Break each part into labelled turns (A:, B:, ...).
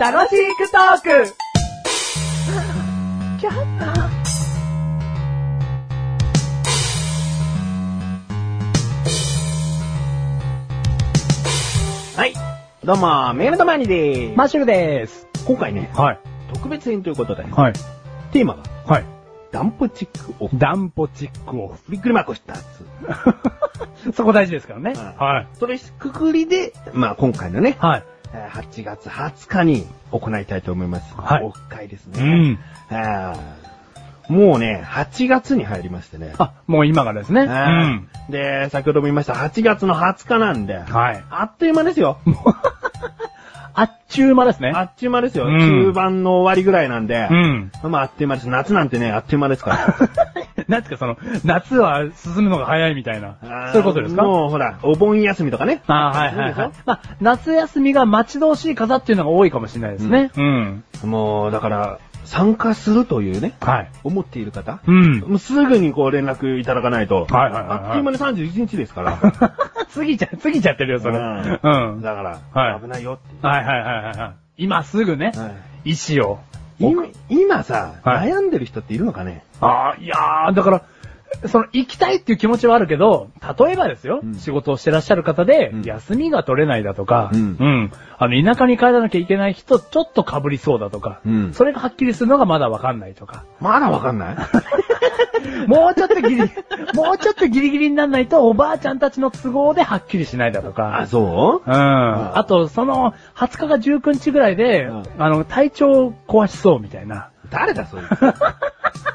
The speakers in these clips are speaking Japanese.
A: 楽しくトーク
B: はい。どうも、メガネとマニでーす。
C: マッシュルです。
B: 今回ね、
C: はい。
B: 特別編ということで、
C: はい。
B: テーマが、
C: はい。
B: ダンプチックを
C: ダンポチックオ
B: びっくりマークしたやつ。
C: フ。 そこ大事ですからね。。
B: はいそれくくりで、まあ今回のね、
C: はい。
B: えー8月20日に行いたいと思います。
C: はい
B: オフ会です
C: う
B: ね
C: ん。。
B: あーもうね、8月に入りましてね。
C: あ、もう今がですね。う
B: あ
C: ん。
B: ーで、先ほども言いました、8月の20日なんで、
C: はい。
B: あっという間です よ。
C: あっちゅう間ですね
B: あ。っという間ですよ。
C: うん
B: 中盤の終わりぐらいなんで
C: う、ん。
B: まああっという間です。夏なんてね、あっという間ですから。
C: なんですか、その、夏は進むのが早いみたいな。 そういうことですか
B: もうほら、お盆休みとかね。
C: あーはいはいはい。まあ、夏休みが待ち遠しい方っていうのが多いかもしれないですね。うん。
B: もう、だから、参加するというね、
C: はい。
B: 思っている方。
C: うん。
B: もうすぐにこう連絡いただかないと。
C: はいはいはいはい
B: あっという間に31日です から。だか
C: 過ぎちゃ、過ぎちゃってるよ、それ。
B: う
C: うんん。はい
B: ら、
C: はい
B: 危ないよっていう
C: はいはいはいはい。今すぐね、
B: はい
C: 意思を。
B: 今今さ、
C: はい
B: 悩んでる人っているのかね
C: ああ、いやー、だから、その、行きたいっていう気持ちはあるけど、例えばですよ、
B: うん
C: 仕事をしてらっしゃる方で、
B: うん
C: 休みが取れないだとか、
B: うん
C: あの、田舎に帰らなきゃいけない人、ちょっと被りそうだとか、
B: うん
C: それがはっきりするのがまだわかんないとか、
B: まだわかん ない
C: もうちょっとギ リ、もうちょっとギリギリにならないと、おばあちゃんたちの都合ではっきりしないだと
B: あ、
C: か、
B: そう
C: うん。あと、その、20日が19日ぐらいで、
B: うん
C: あの、体調を壊しそうみたいな。
B: 誰だ、そいつ。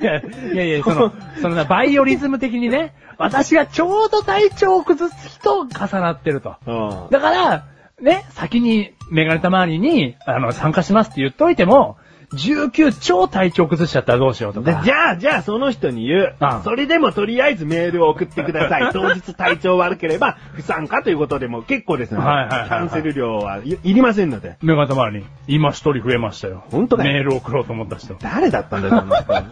C: いやいやいや、その、そのな、バイオリズム的にね、私がちょうど体調を崩す人が重なってると。
B: うん
C: だから、ね、先にメガネたまわりに、あの、参加しますって言っといても、19超体調崩しちゃったらどうしようと
B: で
C: か。
B: じゃあ、じゃあ、その人に言う
C: あ。
B: それでもとりあえずメールを送ってくださ い。当日体調悪ければ不参加ということでも結構ですので、
C: はいはいはいはい
B: キャンセル料はいいりませんので。
C: メガネたまわりに、今一人増えましたよ。
B: ほんとだよ。
C: メール送ろうと思った人
B: 誰だったんだよ、その人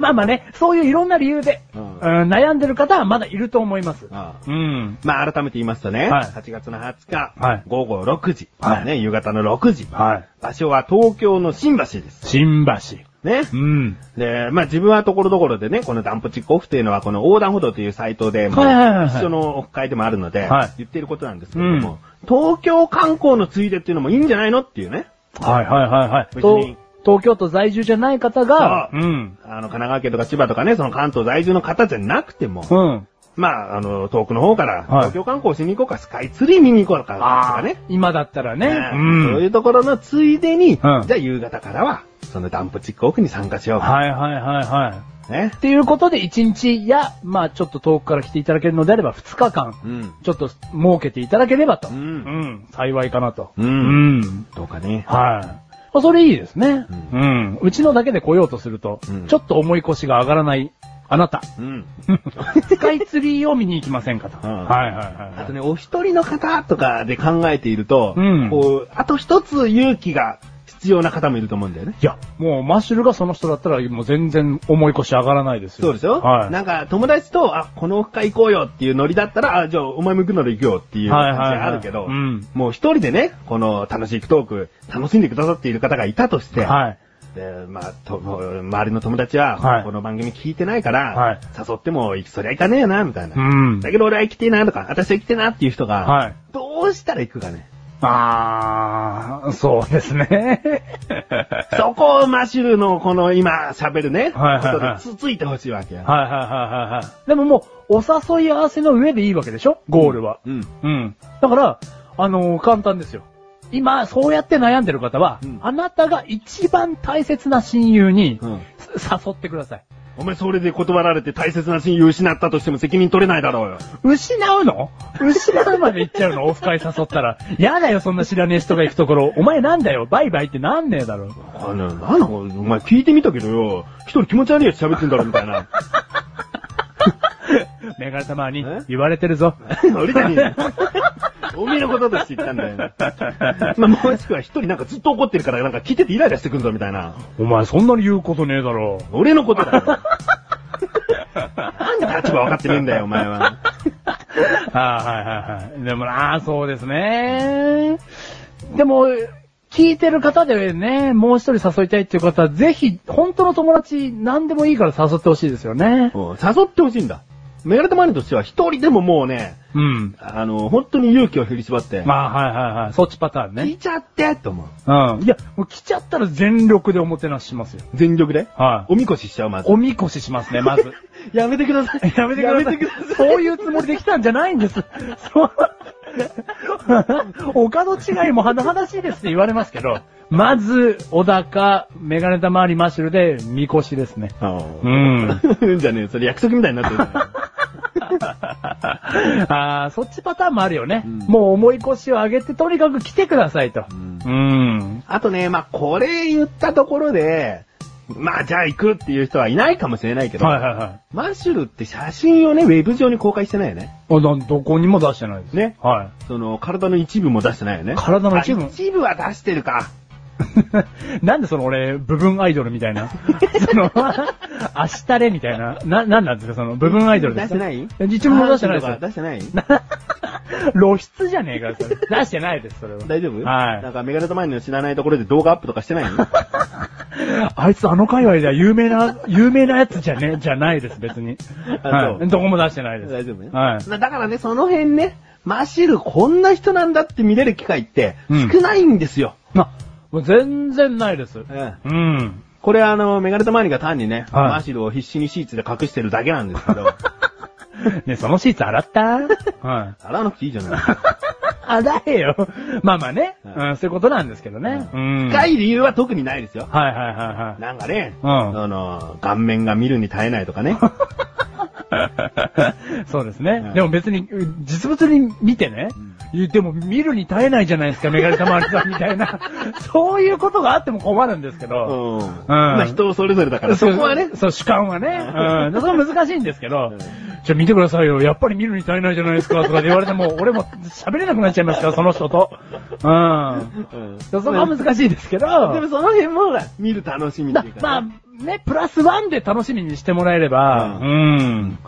C: まあまあね、そういういろんな理由で、
B: うん
C: うん悩んでる方はまだいると思います。
B: ああ
C: うん。
B: まあ、改めて言いますとね、
C: はい
B: 8月の20日、
C: はい
B: 午後6時、
C: はい
B: まあね、夕方の6時、
C: はい
B: 場所は東京の新橋です。
C: 新橋。
B: ね。
C: うん。
B: で、まあ自分はところどころでね、このダンプチックオフというのはこの横断歩道というサイトで、もう
C: はいはいはいはい
B: 一緒のオフ会でもあるので、
C: はい
B: 言っていることなんですけれども、東京観光のついでっていうのもいいんじゃないのっていうね、
C: はいはいはいはい。
B: 別に
C: 東東京都在住じゃない方が、。
B: そうんあの神奈川県とか千葉とかね、その関東在住の方じゃなくても、
C: うん。
B: まああの遠くの方から
C: はい
B: 東京観光しに行こうか、スカイツリー見に行こうかとかね、
C: 今だったらね。
B: そういうところのついでに、じゃ
C: ん
B: あ夕方からは、そのダンプチックオフに参加しようか。
C: はいはいはいはい。
B: ね
C: っ。ていうことで、1日や、まあちょっと遠くから来ていただけるのであれば、2日間、
B: うん。
C: ちょっと設けていただければと。
B: うん
C: ん幸いかなと。
B: うん
C: うん
B: とかね。
C: はい。まあそれいいですね。
B: う
C: うん。うちのだけで来ようとすると、
B: うん
C: ちょっと重い腰が上がらない、あなた。
B: うん。
C: スカイツリーを見に行きませんかと。
B: うん
C: はいはいはいはい。
B: あとね、お一人の方とかで考えていると、
C: うん
B: こう、あと一つ勇気が必要な方もいると思うんだよね。
C: いや、もうマッシュルがその人だったら、もう全然重い腰上がらないですよ。
B: そうでしょ
C: はい。
B: なんか、友達と、あ、このオフ会行こうよっていうノリだったら、あ、じゃあ、お前も行くなら行くよっていう
C: は
B: 感
C: い
B: じ
C: はいはい
B: があるけど、
C: うん
B: もう一人でね、この楽しいトーク、楽しんでくださっている方がいたとして、
C: はい。
B: で、まあ、と、周りの友達は、
C: はい
B: この番組聞いてないから、
C: はい
B: 誘っても、そりゃ行かねえよな、みたいな。
C: うん。
B: だけど俺は行きてえな、とか、私は行きてえなっていう人が、
C: はい。
B: どうしたら行くかね。
C: あー、そうですね。
B: そこをマシュルのこの今喋るね、
C: はいはいはい
B: ことでつついてほしいわけよ。
C: はいはいはいはいはい。でももう、お誘い合わせの上でいいわけでしょゴールは。
B: うん。
C: うん。だから、あのー簡単ですよ。今、そうやって悩んでる方は、
B: うん
C: あなたが一番大切な親友に、
B: うん
C: さ誘ってください。
B: お前それで断られて大切な親友失ったとしても責任取れないだろうよ。
C: 失うの失うまで行っちゃうのオフ会誘ったら。やだよ、そんな知らねえ人が行くところ。お前なんだよ、バイバイってなんねえだろ。
B: あの、なんだお前聞いてみたけどよ、一人気持ち悪いやつ喋ってんだろみたいな。
C: メガネたまに
B: え
C: 言われてるぞ。
B: 俺じゃねえよおめえのこととして言ったんだよ。まあ、もしくは一人なんかずっと怒ってるからなんか聞いててイライラしてくんぞみたいな。
C: お前そんなに言うことねえだろ。
B: 俺のことだよ。なんで立場分かってねえんだよ、お前は。
C: あーはいはいはい。でもなあ、そうですね。でも、聞いてる方でね、もう一人誘いたいっていう方は、ぜひ、本当の友達、何でもいいから誘ってほしいですよね。
B: うん誘ってほしいんだ。メガネタマネとしては一人でももうね、
C: うん。
B: あの、本当に勇気を振り絞って、
C: まあ、はいはいはい。そっちパターン
B: 聞
C: ね
B: い。ちゃってと思う。
C: うん。いや、もう来ちゃったら全力でおもてなししますよ。
B: 全力で
C: はい。
B: おみこししちゃう、まず。
C: おみこししますね、まず。
B: やめてください。
C: やめてください。そういうつもりで来たんじゃないんです。そう。 お門違いも甚だしいですって言われますけど、まず、小高、メガネタ周りマッシュルで、みこしですね。う。
B: うんん。じゃねえ、それ約束みたいになってるじゃない。
C: ああ、そっちパターンもあるよね。
B: うん
C: もう重い腰を上げて、とにかく来てくださいと。うん。
B: あとね、まあ、これ言ったところで、まあ、じゃあ行くっていう人はいないかもしれないけど、
C: はいはいはい。
B: マッシュルって写真をね、ウェブ上に公開してないよね。
C: あどどこにも出してないです。
B: ね
C: はい。
B: その、体の一部も出してないよね。
C: 体の一部
B: あ一部は出してるか。
C: なんでその俺、部分アイドルみた いな。その、明日れみたいな。な、なんなんですかその、部分アイドルで
B: 出
C: す
B: してない
C: 一部も出してないで
B: あ出してない
C: すよ。露出じゃねえか、それ。出してないです、それは。
B: 大丈夫
C: はい
B: なんかメガネとマニの知らないところで動画アップとかしてないの
C: あいつあの界隈では有名な、有名なやつじゃね、じゃないです、別に。
B: あ
C: は
B: そ
C: い。
B: う
C: どこも出してないです。
B: 大丈夫ね。
C: はい。
B: だからね、その辺ね、マッシュルこんな人なんだって見れる機会って
C: うん
B: 少ないんですよ。
C: ま、もう全然ないです。
B: うん
C: うん。
B: これあの、メガネとマニが単にね、
C: はい
B: マッシュルを必死にシーツで隠してるだけなんですけ ど、
C: ね、そのシーツ洗った はい。
B: 洗わなくていいじゃない。
C: 洗えよ。まあまあね。
B: は
C: うん、そういうことなんですけどね。うん。
B: 深
C: はい
B: い理由は特にないですよ。
C: はいはいはい。
B: なんかね、
C: うん
B: あの、顔面が見るに耐えないとか ね。
C: そうですね。
B: うん
C: でも別に、う実物に見てね、言っても見るに耐えないじゃないですか、メガネたまりさんみた いな。そういうことがあっても困るんですけ
B: う
C: ど。
B: ん。まあ人それぞれだから、そこはね、
C: そう、主観はね。うん。それは難しいんですけど
B: ん、
C: じゃあ見てくださいよ、やっぱり見るに耐えないじゃないですか、とかで言われても、俺も喋れなくなっちゃいますから、その人と。 うん。
B: うん
C: そこは難しいですけど。
B: でもその辺もほら、見る楽しみっていうか、
C: まあ、ね、プラスワンで楽しみにしてもらえれば、う。
B: うん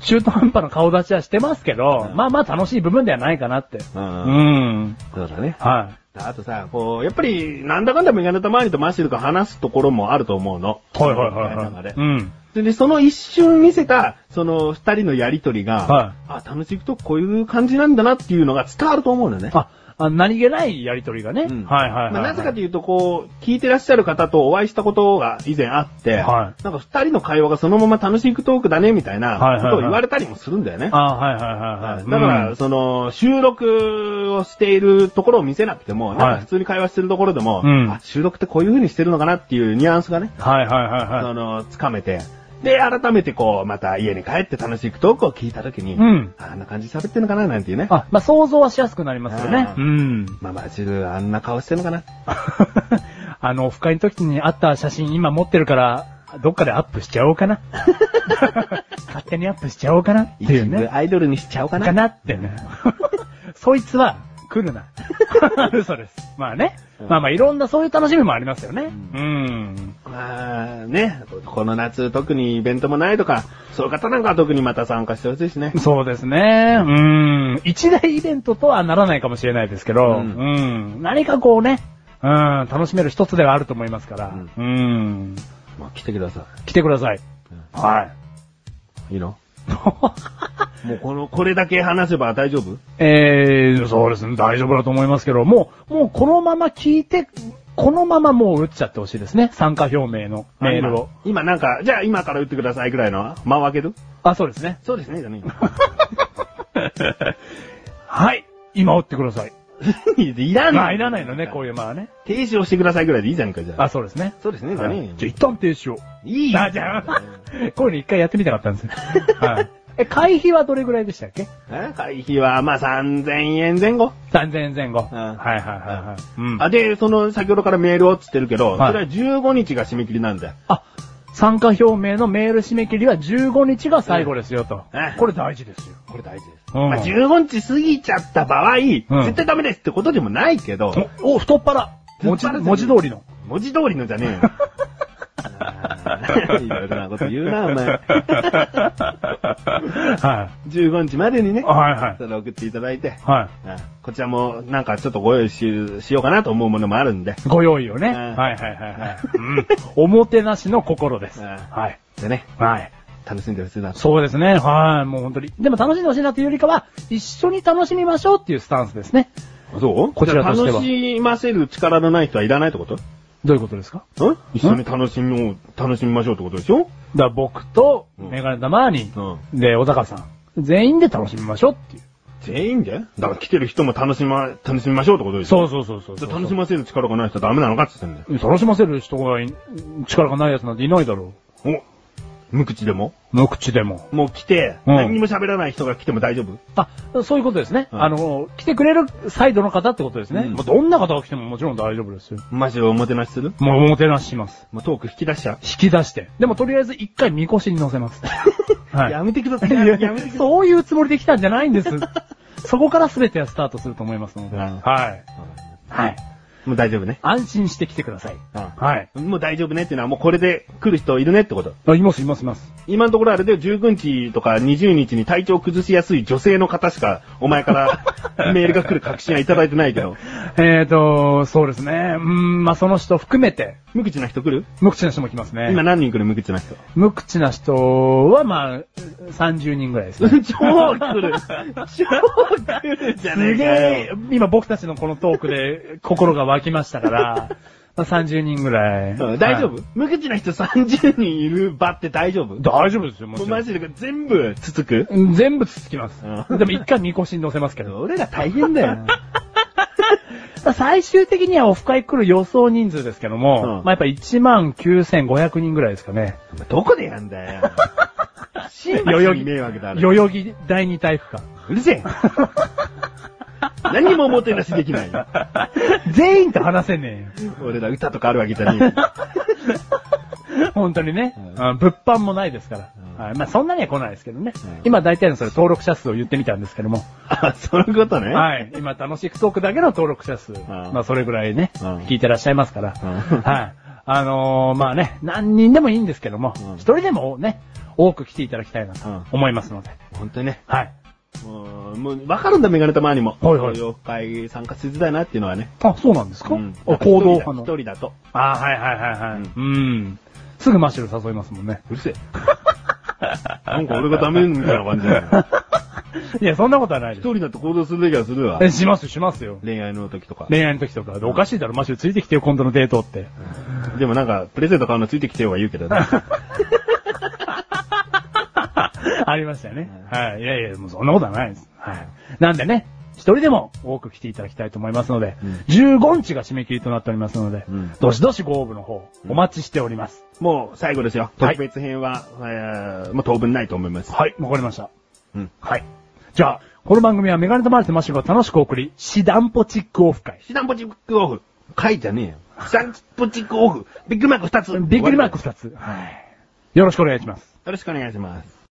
C: 中途半端な顔立ちはしてますけど、
B: うん
C: まあまあ楽しい部分ではないかなって。
B: う
C: うんん。
B: そうだね。
C: はい。
B: あとさ、こう、やっぱり、なんだかんだメガネたまわりとマッシュルと話すところもあると思うの。
C: はいはいはい
B: なんか
C: はい
B: ね。
C: うん。
B: でで、その一瞬見せた、その二人のやりとりが、
C: はい
B: あ、楽しくとこういう感じなんだなっていうのが伝わると思うのね。
C: あ、あ何気ないやりとりがね。
B: うん
C: はいはいはい。
B: まあなぜかというと、こう、聞いてらっしゃる方とお会いしたことが以前あって、
C: は
B: なんか二人の会話がそのまま楽しくトークだね、みたいな
C: はいはいはい
B: ことを言われたりもするんだよね。
C: あはいはいはいはい。
B: だから、
C: うん
B: その、収録をしているところを見せなくても、なん
C: はい
B: か普通に会話してるところでも、
C: うん
B: あ収録ってこういう風にしてるのかなっていうニュアンスがね、
C: はいはいはいは
B: そ
C: い。
B: の、つかめて、で、改めてこう、また家に帰って楽しくトークを聞いたときに、
C: うん
B: あんな感じで喋ってるのかななんていうね。
C: あ、まあ想像はしやすくなりますよね。
B: う
C: うん。
B: まあ、マジル、あんな顔してるのかな。
C: あの、オフ会の時にあった写真今持ってるから、どっかでアップしちゃおう かな。勝手にアップしちゃおうかなっていう
B: 一
C: ね
B: 部。アイドルにしちゃおうかな。
C: かなってね。 そいつは来 るな。嘘です。まあね。
B: うん
C: まあまあいろんなそういう楽しみもありますよね。うん。
B: まあ、ね、この夏特にイベントもないとか、そういう方なんかは特にまた参加してほしいし ね。
C: そうですね。うん。一大イベントとはならないかもしれないですけど、う。
B: うん
C: 何かこうね、うん、楽しめる一つではあると思いますから、うん。
B: まあ、来てくださ
C: 来てください。は
B: い。
C: い。
B: いいのもうこの、これだけ話せば大丈夫
C: えー、そうですね。大丈夫だと思いますけど、もう、もうこのまま聞いて、このままもう打っちゃってほしいですね。参加表明のメールを。
B: 今今なんか、じゃあ今から打ってくださいぐらいの間を開ける
C: あ、そうですね。
B: そうですね、 じゃね
C: はい。今打ってください。
B: いら
C: ま
B: な
C: あ、
B: い。
C: いらないのね、こういう間はね。
B: 停止をしてくださいぐらいでいいじゃんか、じゃあ。
C: あ、そうですね。
B: そうですね、じゃ
C: は
B: ね
C: いじゃあ一旦停止を。
B: いい
C: あ、じゃあ、こういうの一回やってみたかったんですよ。 はい。え、会費はどれぐらいでしたっけ
B: え会費は、まあ、3000円前後。
C: ?3000 円前後。はい
B: うん
C: はいはいはい。うん。
B: あ、で、その、先ほどからメールをっつってるけど、
C: はい
B: それは15日が締め切りなんだよ。
C: あ、参加表明のメール締め切りは15日が最後ですよと
B: うん。
C: これ大事ですよ。
B: これ大事です。
C: うん
B: まあ、15日過ぎちゃった場合、絶対ダメですってことでもないけど、
C: お、お太っ腹。文字、
B: 太っ腹じゃん
C: 文字通りの。
B: 文字通りのじゃねえよ。いろいろなこと言うな、お前。
C: は
B: 15日までにね
C: い。、はいはい。
B: それ送っていただいて、
C: は
B: あこちらもなんかちょっとご用意ししようかなと思うものもあるんで、
C: い。ご用意をね。
B: うん
C: はいはいはいはい。うん。おもてなしの心です。
B: うん
C: はい。
B: でね、
C: はい。
B: 楽しんでほしいなと。
C: そうですね。はい。もう本当に。でも楽しんでほしいなというよりかは、一緒に楽しみましょうっていうスタンスですね。
B: そう
C: こちらとしては
B: 楽しませる力のない人はいらないってこと
C: どういうことですか
B: ん一緒に楽しみを、楽しみましょうってことでしょ
C: だから僕と、
B: うん
C: メガネ玉に、
B: ん。
C: で、小高さん、全員で楽しみましょうっていう。
B: 全員でだから来てる人も楽しま、楽しみましょうってことでしょ
C: そうそうそうそう
B: で楽しませる力がない人はダメなのかって言ってんだよ。
C: 楽しませる人がい、力がない奴なんていないだろ
B: お無口でも
C: う。無口でも。
B: もう来て、
C: うん
B: 何にも喋らない人が来ても大丈夫
C: あ、そういうことですね。
B: うん
C: あの、来てくれるサイドの方ってことですね。
B: うん
C: まあどんな方が来てももちろん大丈夫ですよ。
B: マジでおもてなしする
C: もうおもてなしします。
B: もうトーク引き出しちゃう
C: 引き出して。でもとりあえず一回みこしに乗 せます。はい。
B: やめてください。
C: いや
B: ややめてください。
C: そういうつもりで来たんじゃないんです。 そこから全てはスタートすると思いますので。
B: うん
C: はい。はい。
B: もう大丈夫ね。
C: 安心して来てください。はい。
B: もう大丈夫ねっていうのはもうこれで来る人いるねってこと。
C: あ、いますいますいます。
B: 今のところあれで19日とか20日に体調崩しやすい女性の方しかお前から メールが来る確信はいただいてないけど。
C: えーと、そうですね。うーん、まあ、その人含めて、
B: 無口な人来る
C: 無口な人も来ますね。
B: 今何人来る無口な人。
C: 無口な人は、まあ、30人ぐらいです
B: 超
C: ね。
B: 来る超来るじゃね
C: す
B: え
C: げ
B: か
C: え
B: よ、
C: 今僕たちのこのトークで心が湧きましたから、 まあ30人ぐらい。
B: うん大丈夫、
C: はい
B: 無口な人30人いる場って大丈夫
C: 大丈夫ですよ、も
B: もう
C: ちろ
B: マ
C: ん。
B: ジで全部つつく
C: うん全部つつきます
B: う。ん
C: でも一回みこしに乗せますけど。
B: 俺ら大変だよな。
C: 最終的にはオフ会来る予想人数ですけども、
B: うん
C: まあやっぱ1万9500人ぐらいですかね。
B: お前どこでやんだよ。新
C: 代
B: 橋
C: 々
B: に
C: 木
B: 迷惑だろ。
C: 代々木第二体育館。
B: うるせ え。何にもおもてなしできないよ。
C: 全員と話せねえ
B: 俺ら歌とかあるわけじゃね
C: よ。本当にね。
B: うん
C: あ物販もないですから。
B: うん
C: はいまあそんなには来ないですけどね。
B: うん
C: 今大体のそれ登録者数を言ってみたんですけども。
B: え。あ、そういうことね。
C: はい。今楽しくトークだけの登録者数。まあそれぐらいね、
B: うん
C: 聞いてらっしゃいますから。
B: うん
C: はい。あのーまあね、何人でもいいんですけども、
B: うん
C: 一人でもね、多く来ていただきたいなと
B: うん
C: 思いますので。
B: 本当にね。
C: はい。
B: もう、もうわかるんだ、メガネたまにも。
C: はいはい
B: そうう会参加しづらいなっていうのはね。
C: あ、そうなんですか、
B: うん
C: あ行動派
B: 一人だ
C: の
B: 一。人だと。
C: あ、はいはいはいはい。うん。すぐマッシュル誘いますもんね。
B: うるせえ。 なんか俺がダメみたいな感じだよ。
C: いや、そんなことはない
B: 一
C: です。
B: 人だと行動する時はするわ
C: え。しますしますよ。
B: 恋愛の時とか。
C: 恋愛の時とか。でおかしいだろ、マッシュルついてきてよ、今度のデートって。
B: でもなんか、プレゼント買うのついてきてよは言うけどね。
C: ありましたよね。
B: う
C: はい。いやいや、もうそんなことはないです。はい。なんでね、一人でも多く来ていただきたいと思いますので、
B: うん
C: 15日が締め切りとなっておりますので、
B: うん
C: どしどしご応募の方、お待ちしております。
B: もう最後ですよ。
C: はい
B: 特別編は、えーもう当分ないと思います。
C: はい、わかりました。
B: うん
C: はい。じゃあ、この番組はメガネとマルテマッシュルが楽しくお送り、シダンポチックオフ会。
B: シダンポチックオフ。会じゃねえよ。シダンポチックオフ。ビッグマーク2つ。
C: びっくりマーク2つ。はい。よろしくお願いします。
B: よろしくお願いします。